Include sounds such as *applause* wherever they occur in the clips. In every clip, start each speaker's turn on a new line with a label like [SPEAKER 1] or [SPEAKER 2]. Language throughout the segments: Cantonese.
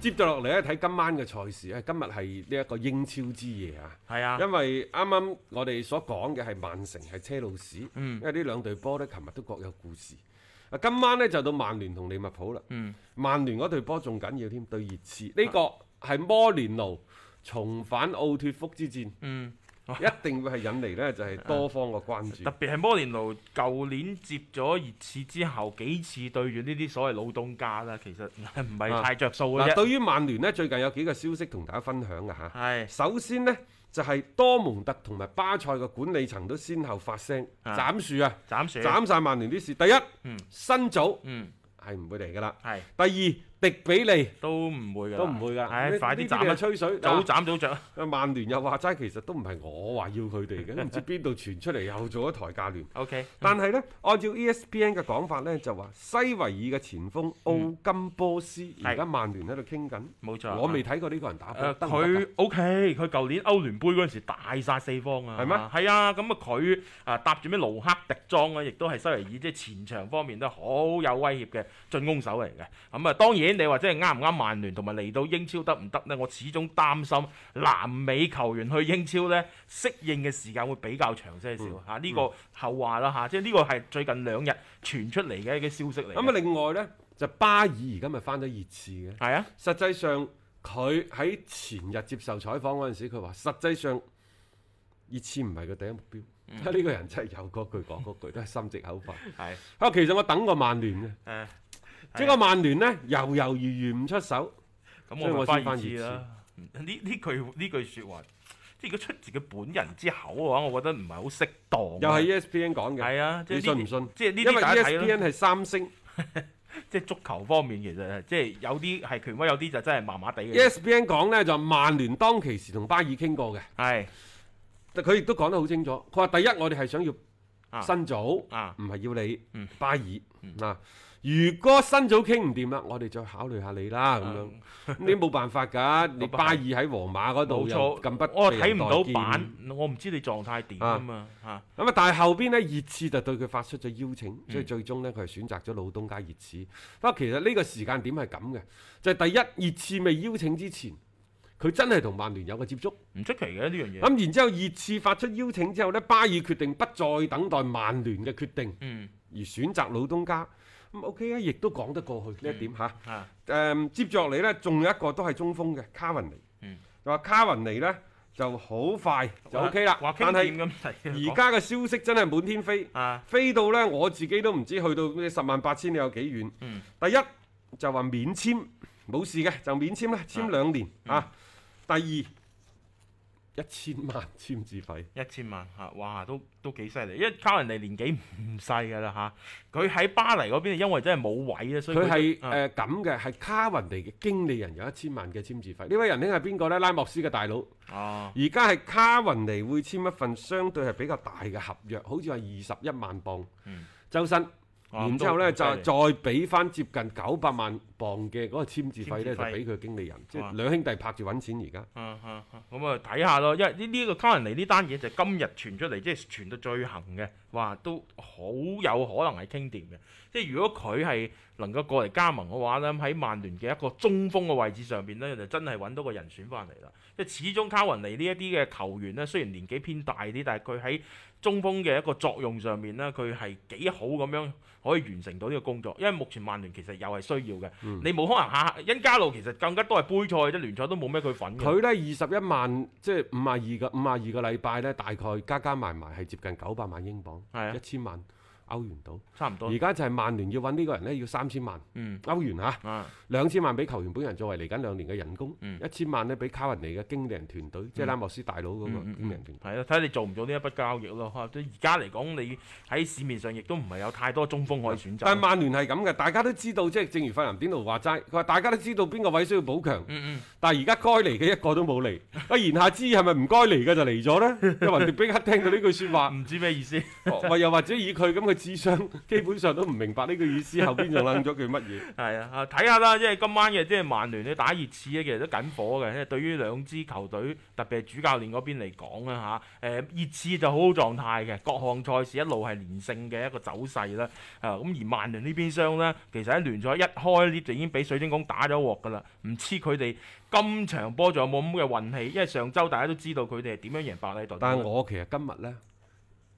[SPEAKER 1] 接咗落嚟咧，睇今晚嘅賽事哎咧，今日係呢一個英超之夜啊！
[SPEAKER 2] 係啊，
[SPEAKER 1] 因為啱啱我哋所講嘅係曼城係車路士，因為呢兩隊波呢，琴日都各有故事。啊，今晚呢，就到曼聯同利物浦啦。曼聯嗰隊波仲緊要添，對熱刺呢、個係摩連奴重返奧脱福之戰，
[SPEAKER 2] 嗯，
[SPEAKER 1] 一定會係引嚟呢就係多方嘅關注
[SPEAKER 2] 特。別係摩連奴舊年接咗熱刺之後，幾次對住呢啲所謂老東家啦，其實唔係太着數嘅
[SPEAKER 1] 啊嗱，
[SPEAKER 2] 啫。
[SPEAKER 1] 對於曼聯呢，最近有幾個消息同大家分享嘅嚇。
[SPEAKER 2] 係
[SPEAKER 1] 首先呢，就係、多蒙特同埋巴塞嘅管理層都先後發聲
[SPEAKER 2] 啊
[SPEAKER 1] 斬樹啊！
[SPEAKER 2] 斬樹，
[SPEAKER 1] 斬晒曼聯啲事。第一，
[SPEAKER 2] 嗯
[SPEAKER 1] 新組
[SPEAKER 2] 嗯
[SPEAKER 1] 係唔會嚟噶啦。
[SPEAKER 2] 係
[SPEAKER 1] 第二，迪比利
[SPEAKER 2] 都唔會㗎啦，
[SPEAKER 1] 都唔會噶。
[SPEAKER 2] 唉
[SPEAKER 1] 呢
[SPEAKER 2] 快啲
[SPEAKER 1] 呢啲啊
[SPEAKER 2] 斬啊
[SPEAKER 1] 係
[SPEAKER 2] 啦，
[SPEAKER 1] 吹水。
[SPEAKER 2] 早
[SPEAKER 1] 嗱
[SPEAKER 2] 斬早着。
[SPEAKER 1] 曼聯又話齋，其實都唔係我話要佢哋
[SPEAKER 2] *laughs*
[SPEAKER 1] 嘅，唔知邊度傳出嚟又做咗抬價聯。
[SPEAKER 2] O K，
[SPEAKER 1] 但係呢，按照 E ESPN 嘅講法呢，就話西維爾嘅前鋒奧金波斯而家曼聯喺度傾緊。
[SPEAKER 2] 冇錯
[SPEAKER 1] 我未睇過呢個人打波，
[SPEAKER 2] 誒
[SPEAKER 1] 啊得唔得㗎
[SPEAKER 2] 呃佢 O K，佢舊年歐聯杯嗰陣時大殺四方啊，
[SPEAKER 1] 係咩
[SPEAKER 2] 係啊，咁啊佢啊搭住咩盧克迪莊啊，亦都係西維爾即係前場方面都好有威脅嘅進攻手嚟嘅。咁、啊，當然你話即係啱唔啱曼聯同埋嚟到英超得唔得呢？我始終擔心南美球員去英超呢，適應嘅時間會比較長些少
[SPEAKER 1] 嗯
[SPEAKER 2] 啊嚇。呢、個後話啦嚇、即係呢個係最近兩日傳出嚟嘅一個消息嚟嘅。
[SPEAKER 1] 咁啊，另外呢，就巴爾而家咪翻咗熱刺嘅。
[SPEAKER 2] 係啊，
[SPEAKER 1] 實際上佢喺前日接受採訪嗰陣時，佢話實際上熱刺唔係佢第一目標。
[SPEAKER 2] 嗯
[SPEAKER 1] 呢、個人真係有嗰句講嗰句，都係心直口快。
[SPEAKER 2] 係
[SPEAKER 1] 啊，其實我等過曼聯嘅，
[SPEAKER 2] 誒，啊
[SPEAKER 1] 即係個曼聯呢，猶猶豫豫唔出手。
[SPEAKER 2] 咁
[SPEAKER 1] 所以
[SPEAKER 2] 我
[SPEAKER 1] 我先
[SPEAKER 2] 咪翻
[SPEAKER 1] 翻
[SPEAKER 2] 二次
[SPEAKER 1] 熱
[SPEAKER 2] 啦。嗯呢呢句呢句説話，即係如果出自佢本人之口嘅話，我覺得唔係好適當啊。
[SPEAKER 1] 又係 E ESPN 講嘅，
[SPEAKER 2] 係啊，即
[SPEAKER 1] 你
[SPEAKER 2] 係
[SPEAKER 1] 信
[SPEAKER 2] 呢
[SPEAKER 1] 唔信？
[SPEAKER 2] 即係呢
[SPEAKER 1] 因為 E
[SPEAKER 2] 啲大家睇啦
[SPEAKER 1] ESPN 係三星
[SPEAKER 2] 即係足球方面其實係即係有啲係權威，有啲就真係麻麻地嘅。
[SPEAKER 1] ，ESPN 講呢，就曼聯當其時同巴爾傾過嘅，
[SPEAKER 2] 係
[SPEAKER 1] 但佢亦都講得好清楚。佢話第一，我哋係想要
[SPEAKER 2] 啊
[SPEAKER 1] 新組。
[SPEAKER 2] 啊，
[SPEAKER 1] 唔係要你、
[SPEAKER 2] 嗯
[SPEAKER 1] 巴爾嗱、如果新組傾唔掂啦，我哋再考慮下你啦咁
[SPEAKER 2] 啊
[SPEAKER 1] 樣。你冇辦法
[SPEAKER 2] *laughs*
[SPEAKER 1] 㗎，你
[SPEAKER 2] 冇辦法
[SPEAKER 1] 巴爾喺皇馬嗰度
[SPEAKER 2] 冇
[SPEAKER 1] 又
[SPEAKER 2] 錯，
[SPEAKER 1] 咁不
[SPEAKER 2] 我
[SPEAKER 1] 被
[SPEAKER 2] 睇
[SPEAKER 1] 人待
[SPEAKER 2] 唔
[SPEAKER 1] 見
[SPEAKER 2] 到版，我唔知你狀態點啊嘛嚇。
[SPEAKER 1] 咁啊，但係後邊呢，熱刺就對佢發出咗邀請，
[SPEAKER 2] 嗯
[SPEAKER 1] 所以最終呢，佢係選擇咗老東家熱刺。不過其實呢個時間點係咁嘅，就係、第一熱刺未邀請之前，佢真係同曼聯有個接觸。
[SPEAKER 2] 唔出奇嘅呢樣嘢。
[SPEAKER 1] 咁然之後熱刺發出邀請之後呢，巴爾決定不再等待曼聯嘅決定。
[SPEAKER 2] 嗯
[SPEAKER 1] 而選擇老東家，咁 OK 啊，亦都講得過去呢一點嚇。誒、
[SPEAKER 2] 啊
[SPEAKER 1] 接住落嚟呢，仲有一個都係中鋒嘅卡雲尼，
[SPEAKER 2] 嗯
[SPEAKER 1] 就話卡雲尼呢就好快就 OK 啦
[SPEAKER 2] 話，傾
[SPEAKER 1] 啊但
[SPEAKER 2] 掂
[SPEAKER 1] 係
[SPEAKER 2] 咁嚟
[SPEAKER 1] 而家嘅消息真係滿天飛，
[SPEAKER 2] 啊
[SPEAKER 1] 飛到呢我自己都唔知去到呢十萬八千里有幾遠。
[SPEAKER 2] 嗯
[SPEAKER 1] 第一就話免簽冇事嘅，就免簽啦，簽兩年
[SPEAKER 2] 嗯
[SPEAKER 1] 啊。第二一千萬簽字費。
[SPEAKER 2] 一千萬嚇，哇，都都幾犀利，因為卡倫尼年紀唔細㗎啦嚇，佢喺巴黎嗰邊因為真係冇位啊，所以
[SPEAKER 1] 佢係
[SPEAKER 2] 誒
[SPEAKER 1] 誒咁嘅，係卡雲尼嘅經理人有一千萬嘅簽字費。呢位仁兄係邊個呢？拉莫斯嘅大佬，
[SPEAKER 2] 哦
[SPEAKER 1] 而家係卡雲尼會簽一份相對係比較大嘅合約，好似係二十一萬磅
[SPEAKER 2] 嗯
[SPEAKER 1] 周身，
[SPEAKER 2] 哦
[SPEAKER 1] 然之後呢，
[SPEAKER 2] 咁都好
[SPEAKER 1] 就
[SPEAKER 2] 犀利
[SPEAKER 1] 再俾翻接近九百萬磅嘅嗰個簽字費
[SPEAKER 2] 簽
[SPEAKER 1] 呢，
[SPEAKER 2] 字
[SPEAKER 1] 就
[SPEAKER 2] 費
[SPEAKER 1] 俾佢經理人，即係
[SPEAKER 2] 哇
[SPEAKER 1] 兩兄弟拍住揾錢而家。
[SPEAKER 2] 嗯嗯嗯咁啊睇下咯，因為呢呢個卡倫尼呢單嘢就今日傳出嚟，即係傳到最行嘅，哇都好有可能係傾掂嘅。即係如果佢係能夠過嚟加盟嘅話咧，咁喺曼聯嘅一個中鋒嘅位置上邊咧，就真係揾到個人選翻嚟啦。即係始終卡雲尼呢一啲嘅球員咧，雖然年紀偏大啲，但係佢喺中鋒嘅一個作用上面咧，佢係幾好咁樣可以完成到呢個工作。因為目前曼聯其實又係需要嘅，你冇可能下下恩加路其實更加多係杯賽啫，聯賽都冇咩佢份嘅。
[SPEAKER 1] 佢呢，二十一萬，即係五廿二個五廿二個禮拜呢，大概加加埋埋係接近九百萬英鎊
[SPEAKER 2] 係啊，
[SPEAKER 1] 一千萬歐元到。
[SPEAKER 2] 差唔多
[SPEAKER 1] 而。家就係曼聯要揾呢個人呢，要三千萬
[SPEAKER 2] 嗯
[SPEAKER 1] 歐元嚇，
[SPEAKER 2] 啊，
[SPEAKER 1] 兩千萬俾球員本人作為嚟緊兩年嘅人工，
[SPEAKER 2] 嗯
[SPEAKER 1] 一千萬呢俾卡雲尼嘅經理人團隊，即係拉莫斯大佬
[SPEAKER 2] 嗯
[SPEAKER 1] 嗰個經理人團隊。
[SPEAKER 2] 係啊啦，睇下你做唔做呢一筆交易咯。嚇即係而家嚟講，你喺市面上亦都唔係有太多中鋒可以選擇。
[SPEAKER 1] 但係曼聯係咁嘅，大家都知道，即係正如費南典奴話齋，佢話大家都知道邊個位需要補強，
[SPEAKER 2] 嗯
[SPEAKER 1] 但係而家該嚟嘅一個都冇嚟。啊，言下之意係咪唔該嚟嘅就嚟咗呢？因為雲迪比克聽到呢句説話，
[SPEAKER 2] 嗯，唔知咩意思。
[SPEAKER 1] 或又或者以佢咁嘅智商，基本上都唔明白呢個意思，後邊仲楞咗句乜嘢？
[SPEAKER 2] *laughs* 係啊，啊睇下啦，即係今晚嘅即係曼聯咧打熱刺咧，其實都緊火嘅。即係對於兩支球隊，特別係主教練嗰邊嚟講啦嚇，誒、熱刺就好好狀態嘅，各項賽事一路係連勝嘅一個走勢啦。啊咁而曼聯呢邊廂咧，其實喺聯賽一開 lift 就已經俾水晶宮打咗鑊㗎啦。唔知佢哋今場波仲有冇咁嘅運氣？因為上週大家都知道佢哋係點樣贏白禮頓。
[SPEAKER 1] 但係我其實今日呢，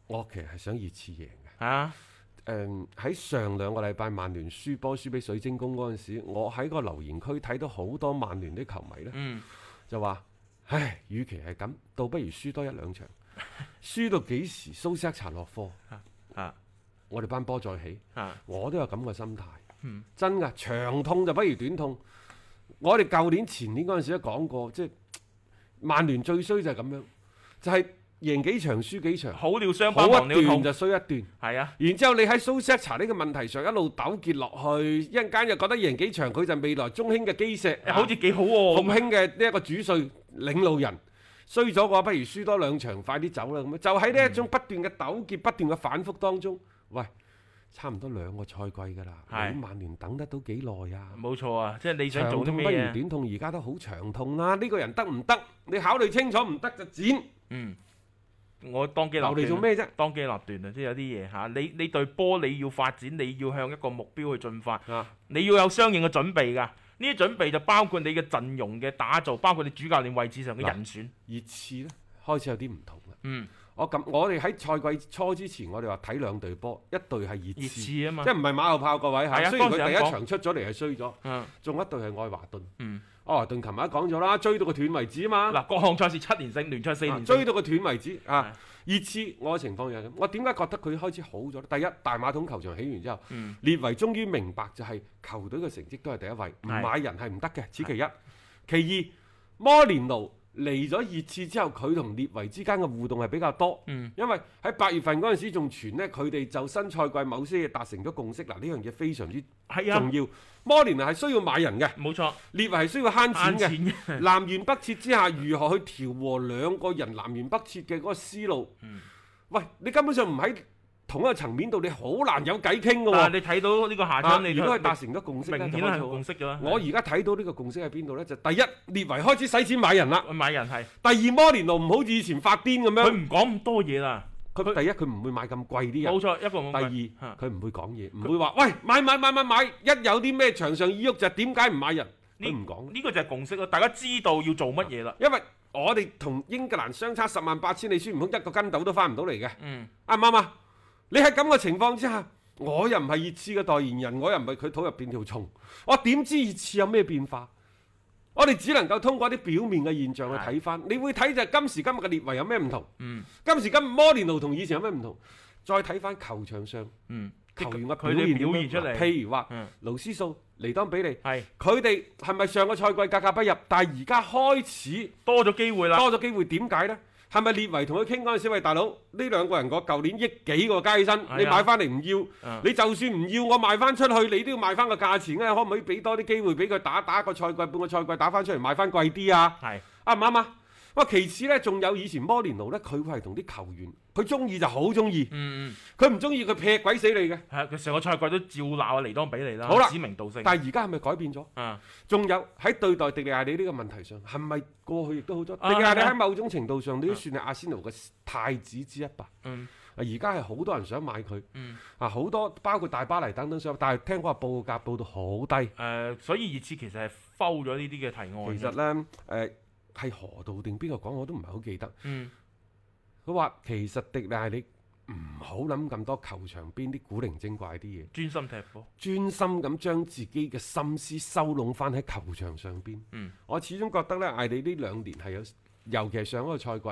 [SPEAKER 1] 我其實係想熱刺贏嘅。
[SPEAKER 2] 係啊，
[SPEAKER 1] 誒呃喺上兩個禮拜曼聯輸波輸俾水晶宮嗰陣時，我喺個留言區睇到好多曼聯啲球迷呢，
[SPEAKER 2] 嗯，
[SPEAKER 1] 就話： *laughs* 唉，與其係咁，倒不如輸多一兩
[SPEAKER 2] *laughs*
[SPEAKER 1] 場，輸到幾時蘇斯克查落課，
[SPEAKER 2] 啊
[SPEAKER 1] 我哋班波再起。
[SPEAKER 2] 啊，
[SPEAKER 1] 我都有咁嘅心態，
[SPEAKER 2] 嗯
[SPEAKER 1] 真㗎，長痛就不如短痛。我哋舊年前年嗰陣時都講過，即係曼聯最衰就係咁樣，就係、贏幾場輸幾場，
[SPEAKER 2] 好了傷疤
[SPEAKER 1] 好
[SPEAKER 2] 忘
[SPEAKER 1] 一
[SPEAKER 2] 了痛
[SPEAKER 1] 段，就衰一段。
[SPEAKER 2] 係啊，
[SPEAKER 1] 然之後你喺蘇斯克查呢個問題上一路糾結落去，一陣間又覺得贏幾場佢就未來中興嘅基石，
[SPEAKER 2] 好似幾好喎、
[SPEAKER 1] 咁興嘅呢一個主帥領路人。衰咗嘅話，不如輸多兩場，快啲走啦咁樣。就喺呢一種不斷嘅糾結、不斷嘅反覆當中，喂，差唔多兩個賽季㗎啦，
[SPEAKER 2] 係
[SPEAKER 1] 你曼聯等得到幾耐啊？
[SPEAKER 2] 冇錯啊，即係你想
[SPEAKER 1] 長
[SPEAKER 2] 做
[SPEAKER 1] 痛不
[SPEAKER 2] 啲
[SPEAKER 1] 如
[SPEAKER 2] 咩嘢？
[SPEAKER 1] 短痛，而家都好長痛啦。呢、個人得唔得？你考慮清楚，唔得就剪，
[SPEAKER 2] 嗯，我當機立
[SPEAKER 1] 留
[SPEAKER 2] 斷
[SPEAKER 1] 嚟做
[SPEAKER 2] 啊？
[SPEAKER 1] 咩啫？
[SPEAKER 2] 當機立斷啊！即係有啲嘢嚇，你你對波你要發展，你要向一個目標去進發，
[SPEAKER 1] 啊
[SPEAKER 2] 你要有相應嘅準備㗎。呢啲準備就包括你嘅陣容嘅打造，包括你主教練位置上嘅人選。
[SPEAKER 1] 熱刺呢，開始有啲唔同啦。
[SPEAKER 2] 嗯，
[SPEAKER 1] 我哦咁，我哋喺賽季初之前，我哋話睇兩隊波，一隊係熱刺，
[SPEAKER 2] 熱刺啊嘛
[SPEAKER 1] 即係，唔係馬後炮各位嚇。
[SPEAKER 2] 係啊
[SPEAKER 1] 雖然佢
[SPEAKER 2] 當時
[SPEAKER 1] 第
[SPEAKER 2] 有
[SPEAKER 1] 一
[SPEAKER 2] 講
[SPEAKER 1] 場出咗嚟係衰咗，
[SPEAKER 2] 嗯
[SPEAKER 1] 仲一隊係愛華頓。
[SPEAKER 2] 嗯，
[SPEAKER 1] 愛華頓琴日都講咗啦，追到佢斷為止啊嘛。
[SPEAKER 2] 嗱，各項賽事七連勝，聯賽四
[SPEAKER 1] 啊
[SPEAKER 2] 連
[SPEAKER 1] 追
[SPEAKER 2] 勝。
[SPEAKER 1] 到佢斷為止啊！熱刺我嘅情況又係咁，我點解覺得佢開始好咗咧？第一，大馬桶球場起完之後，
[SPEAKER 2] 嗯
[SPEAKER 1] 列維終於明白就係球隊嘅成績都係第一位，唔
[SPEAKER 2] 係
[SPEAKER 1] 買人係唔得嘅，此其一。其二，摩連奴嚟咗熱刺之後，佢同列維之間嘅互動係比較多。
[SPEAKER 2] 嗯
[SPEAKER 1] 因為喺八月份嗰陣時仲傳呢，佢哋就新賽季某些嘢達成咗共識，嗱呢樣嘢非常之
[SPEAKER 2] 係啊
[SPEAKER 1] 重，要。摩連奴係需要買人嘅，
[SPEAKER 2] 冇錯，
[SPEAKER 1] 列維係需要慳
[SPEAKER 2] 眼
[SPEAKER 1] 錢嘅
[SPEAKER 2] 前。
[SPEAKER 1] *laughs*
[SPEAKER 2] 嘅。
[SPEAKER 1] 南轅北轍之下，如何去調和兩個人南轅北轍嘅嗰個思路？
[SPEAKER 2] 嗯
[SPEAKER 1] 喂，你根本上唔喺同一個層面度，你好難有偈傾嘅喎。
[SPEAKER 2] 但係你睇到呢個下
[SPEAKER 1] 啊
[SPEAKER 2] 場，你
[SPEAKER 1] 如果係達
[SPEAKER 2] 就
[SPEAKER 1] 成咗共識咧，
[SPEAKER 2] 明
[SPEAKER 1] 就
[SPEAKER 2] 顯
[SPEAKER 1] 開始
[SPEAKER 2] 係
[SPEAKER 1] 好
[SPEAKER 2] 共識㗎啦。
[SPEAKER 1] 我而家睇到呢個共識喺邊度呢？就第一，列維開始使錢買人啦；
[SPEAKER 2] 我買人係，
[SPEAKER 1] 第二，摩連奴唔好似以前發癲咁
[SPEAKER 2] 佢
[SPEAKER 1] 樣。
[SPEAKER 2] 唔講咁多嘢啦。
[SPEAKER 1] 佢第一，佢唔會買咁貴啲人。
[SPEAKER 2] 冇錯，一個冇
[SPEAKER 1] 第
[SPEAKER 2] 問題。
[SPEAKER 1] 二
[SPEAKER 2] 啊，
[SPEAKER 1] 佢唔會講嘢，唔會話喂買買買買買，一有啲咩場上意喐就點解唔買人？佢唔講。
[SPEAKER 2] 呢個就係共識咯，大家知道要做乜嘢啦。
[SPEAKER 1] 因為我哋同英格蘭相差十萬八千里，孫悟空一個筋斗都翻唔到嚟嘅，
[SPEAKER 2] 嗯，
[SPEAKER 1] 啱唔啱啊？你喺咁嘅情況之下，我又唔係熱刺嘅代言人，我又唔係佢肚入邊條蟲，我點知熱刺有咩變化？我哋只能夠通過一啲表面嘅現象去睇翻，你會睇就係今時今日嘅列維有咩唔同，
[SPEAKER 2] 嗯，
[SPEAKER 1] 今時今日摩連奴同以前有咩唔同，再睇翻球場上
[SPEAKER 2] 嗯，
[SPEAKER 1] 球員嘅
[SPEAKER 2] 佢哋
[SPEAKER 1] 表
[SPEAKER 2] 表
[SPEAKER 1] 現
[SPEAKER 2] 現出
[SPEAKER 1] 點樣
[SPEAKER 2] 嚟
[SPEAKER 1] 譬如話
[SPEAKER 2] 嗯
[SPEAKER 1] 勞斯數、尼當比利，
[SPEAKER 2] 係
[SPEAKER 1] 佢哋係咪上個賽季格格不入，但係而家開始？
[SPEAKER 2] 多咗機會啦。
[SPEAKER 1] 多咗機會，點解呢？係咪列維同佢傾嗰陣時，喂大佬，呢兩個人個舊年億幾個加起身，
[SPEAKER 2] 啊
[SPEAKER 1] 你買翻嚟唔要
[SPEAKER 2] 啊，
[SPEAKER 1] 你就算唔要，我賣翻出去，你都要賣翻個價錢啊！可唔可以俾多啲機會俾佢打打個賽季、半個賽季打翻出嚟賣翻貴啲啊？
[SPEAKER 2] 係
[SPEAKER 1] 啱唔啱啊？哇！其次呢，仲有以前摩連奴呢，佢會係同啲球員，佢中意就好中意，
[SPEAKER 2] 嗯
[SPEAKER 1] 佢唔中意佢劈鬼死你嘅。
[SPEAKER 2] 嗯，係佢上個賽季都照鬧啊，尼當比利啦，
[SPEAKER 1] 好啦
[SPEAKER 2] 指名道姓。
[SPEAKER 1] 但係而家係咪改變咗？
[SPEAKER 2] 啊，
[SPEAKER 1] 仲有喺對待迪利亞里呢個問題上，係咪過去亦都好咗？
[SPEAKER 2] 啊
[SPEAKER 1] 迪利亞里
[SPEAKER 2] 係啊啊
[SPEAKER 1] 喺某種程度上，你都算係阿仙奴嘅太子之一吧。
[SPEAKER 2] 嗯
[SPEAKER 1] 啊而家係好多人想買佢，
[SPEAKER 2] 嗯，
[SPEAKER 1] 啊好多包括大巴黎等等想，但係聽講話報價報到好低。
[SPEAKER 2] 誒，所以熱刺其實係摟咗呢啲嘅提案嘅。
[SPEAKER 1] 其實呢，誒係何道定邊個講我都唔係好記得。
[SPEAKER 2] 嗯，
[SPEAKER 1] 佢話其實迪賴你唔好諗咁多球場邊啲古靈精怪啲嘢，
[SPEAKER 2] 專心踢波。
[SPEAKER 1] 專心咁將自己嘅心思收攏翻喺球場上邊。
[SPEAKER 2] 嗯
[SPEAKER 1] 我始終覺得呢，艾利呢兩年係有，尤其係上一個賽季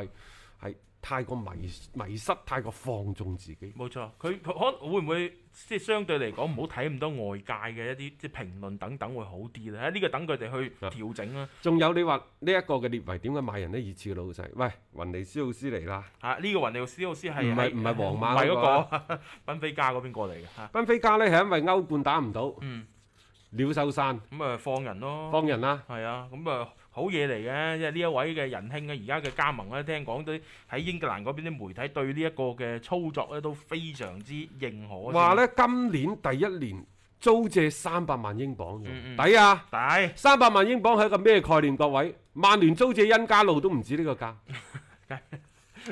[SPEAKER 1] 係太過迷迷失，太過放縱自己。
[SPEAKER 2] 冇錯，佢佢可會唔會即係相對嚟講唔好睇咁多外界嘅一啲即係評論等等會好啲咧？呢、個等佢哋去
[SPEAKER 1] 啊
[SPEAKER 2] 調整啦。
[SPEAKER 1] 仲有你話呢一個嘅列維點解賣人呢？熱刺嘅老細，喂，雲尼斯奧斯嚟啦，
[SPEAKER 2] 嚇、啊呢、個雲尼奧斯奧斯係
[SPEAKER 1] 唔係
[SPEAKER 2] 係
[SPEAKER 1] 唔係皇馬
[SPEAKER 2] 唔係
[SPEAKER 1] 嗰個啊
[SPEAKER 2] 嗰個 *laughs* 賓菲加嗰邊過嚟嘅啊嚇。
[SPEAKER 1] 賓菲加呢係因為歐冠打唔到，
[SPEAKER 2] 嗯，
[SPEAKER 1] 鳥獸散
[SPEAKER 2] 咁啊放人咯。
[SPEAKER 1] 放人啦。
[SPEAKER 2] 係啊，咁啊好嘢嚟嘅，因為呢一位嘅仁兄咧，而家嘅加盟咧，聽講都喺英格蘭嗰邊啲媒體對呢一個嘅操作咧都非常之認可。
[SPEAKER 1] 話呢，今年第一年租借三百萬英鎊啫，
[SPEAKER 2] 嗯嗯
[SPEAKER 1] 抵啊！
[SPEAKER 2] 抵，
[SPEAKER 1] 三百萬英鎊係一個咩概念？各位，曼聯租借恩加路都唔止呢個價，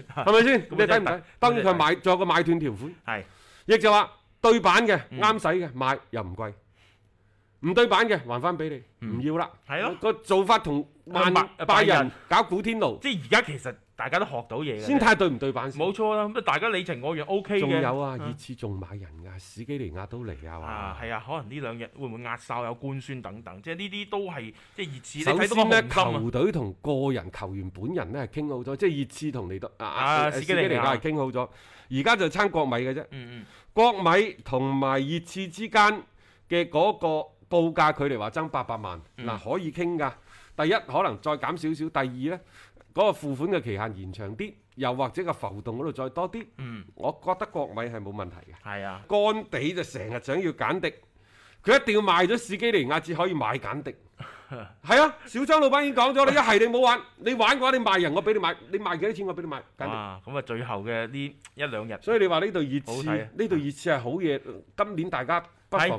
[SPEAKER 1] 係咪先？你
[SPEAKER 2] 真係
[SPEAKER 1] 睇唔睇
[SPEAKER 2] 抵？
[SPEAKER 1] 當然佢買仲有個買斷條款，
[SPEAKER 2] 係
[SPEAKER 1] 亦就話對版嘅
[SPEAKER 2] 嗯
[SPEAKER 1] 啱使嘅買又唔貴，唔對版嘅還翻俾你，唔要啦。
[SPEAKER 2] 係咯
[SPEAKER 1] 個做法同曼
[SPEAKER 2] 拜嗯拜
[SPEAKER 1] 拜仁
[SPEAKER 2] 仁
[SPEAKER 1] 搞古天奴
[SPEAKER 2] 即係而家其實大家都學到嘢嘅。
[SPEAKER 1] 先睇下對唔對版先。
[SPEAKER 2] 冇錯啦，咁啊大家你情我願 O K 嘅。
[SPEAKER 1] 仲有啊，熱
[SPEAKER 2] 嗯
[SPEAKER 1] 刺仲買人㗎，史基尼亞都嚟啊！
[SPEAKER 2] 啊
[SPEAKER 1] 話，
[SPEAKER 2] 係啊，可能呢兩日會唔會壓哨有官宣等等，即係呢啲都係即係熱刺。
[SPEAKER 1] 首
[SPEAKER 2] 你睇到
[SPEAKER 1] 先
[SPEAKER 2] 個
[SPEAKER 1] 呢，
[SPEAKER 2] 紅心啊
[SPEAKER 1] 球隊同個人球員本人呢係傾好咗，即係熱刺同尼德啊
[SPEAKER 2] 啊
[SPEAKER 1] 啊史
[SPEAKER 2] 史基
[SPEAKER 1] 基
[SPEAKER 2] 尼
[SPEAKER 1] 尼
[SPEAKER 2] 亞
[SPEAKER 1] 亞係傾好咗，而家就撐國米嘅啫。
[SPEAKER 2] 嗯嗯，
[SPEAKER 1] 國米同埋熱刺之間嘅嗰個報價距離話爭八百萬，嗱、
[SPEAKER 2] 嗯
[SPEAKER 1] 可以傾噶。第一可能再減少少，第二呢，嗰、個付款嘅期限延長啲，又或者個浮動嗰度再多啲，
[SPEAKER 2] 嗯
[SPEAKER 1] 我覺得國米係冇問題嘅。
[SPEAKER 2] 係啊，
[SPEAKER 1] 干地就成日想要簡迪，佢一定要賣咗史基尼亞至可以買簡
[SPEAKER 2] *laughs*
[SPEAKER 1] 迪。係啊，小張老闆已經講咗，你一係你冇玩，你玩嘅話你賣人我俾你買，你賣幾多錢我俾你買簡迪。
[SPEAKER 2] 哇！咁啊，最後嘅呢一兩日，
[SPEAKER 1] 所以你話呢度熱
[SPEAKER 2] 好
[SPEAKER 1] 刺，
[SPEAKER 2] 睇啊
[SPEAKER 1] 呢度熱刺係好嘢。今年大家不妨
[SPEAKER 2] 係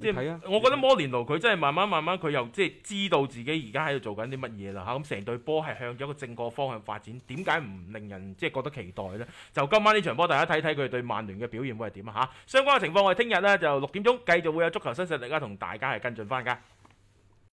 [SPEAKER 2] 即
[SPEAKER 1] 你睇啊！
[SPEAKER 2] 我覺得摩連奴佢真係慢慢慢慢佢又即係知道自己而家喺度做緊啲乜嘢啦嚇，咁成隊波係向咗一個正確方向發展，點解唔令人即係覺得期待呢？就今晚呢場波，大家睇睇佢對曼聯嘅表啊現會係點啊嚇！相關嘅情況我哋聽日呢，就六點鐘繼續會有足球新勢力啦，同大家係跟進翻㗎。